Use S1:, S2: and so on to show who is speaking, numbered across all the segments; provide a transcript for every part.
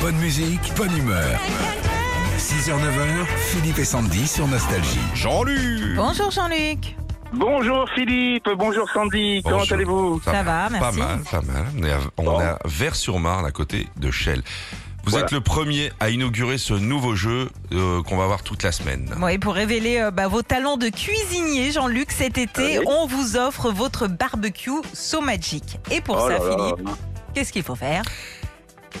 S1: Bonne musique, bonne humeur. 6h, 9h, Philippe et Sandy sur Nostalgie.
S2: Jean-Luc
S3: Bonjour Jean-Luc.
S4: Bonjour Philippe, bonjour Sandy, comment
S2: Bonjour.
S4: allez-vous
S3: Ça va,
S2: Pas
S3: merci.
S2: mal, pas mal. On est à, on est à Vers-sur-Marne, à côté de Shell. Vous
S4: Voilà.
S2: êtes le premier à inaugurer ce nouveau jeu euh, qu'on va voir toute la semaine.
S3: Bon, et pour révéler euh, bah, vos talents de cuisinier, Jean-Luc, cet été,
S4: Ah Oui.
S3: on vous offre votre barbecue So Magic. Et pour
S4: Oh
S3: ça,
S4: là là.
S3: Philippe, qu'est-ce qu'il faut faire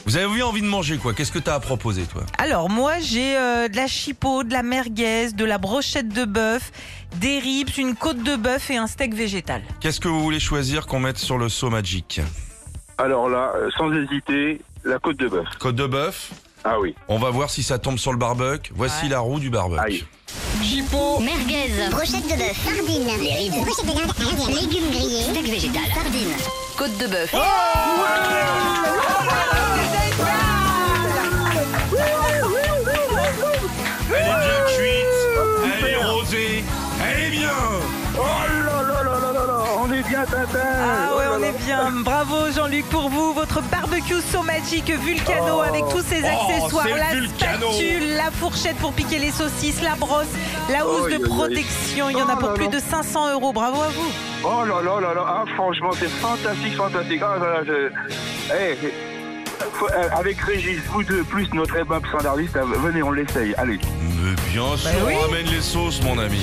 S2: Vous avez eu envie de manger quoi Qu'est-ce que t'as à proposer toi
S3: Alors, moi, j'ai euh, de la chipot, de la merguez, de la brochette de bœuf, des ribs, une côte de bœuf et un steak végétal.
S2: Qu'est-ce que vous voulez choisir qu'on mette sur le saut magique
S4: Alors là, euh, sans hésiter, la côte de bœuf.
S2: Côte de bœuf
S4: Ah oui,
S2: On va voir si ça tombe sur le barbecue. Voici
S3: Ouais.
S2: la roue du barbecue.
S4: Aïe.
S5: Merguez,
S6: Brochette de bœuf,
S5: sardines, les rides,
S6: brochette de dinde à l'intérieur,
S5: légumes grillés, steak végétal, sardines, côte de bœuf.
S2: Elle est bien cuite, elle est rosée, elle est bien
S4: Oh on est bien Tintin Oh
S3: Ah ouais, on est bien. Bravo Jean-Luc pour vous. Votre barbecue so magique Vulcano
S4: Oh.
S3: avec tous ses accessoires.
S2: c'est
S3: La
S2: Vulcano.
S3: spatule, la fourchette pour piquer les saucisses, la brosse, la housse
S4: Aïe, aïe,
S3: de
S4: aïe.
S3: protection. Il y en a
S4: Oh
S3: pour
S4: là
S3: plus
S4: là.
S3: de 500 euros. Bravo à vous.
S4: Oh là là là là, ah, franchement c'est fantastique, fantastique. Ah, là, là, je- Eh, eh, faut- euh, avec Régis, vous deux, plus notre ébappe standardiste, ah, venez, on l'essaye, allez.
S2: Mais bien sûr,
S3: Bah oui.
S2: on amène les sauces mon ami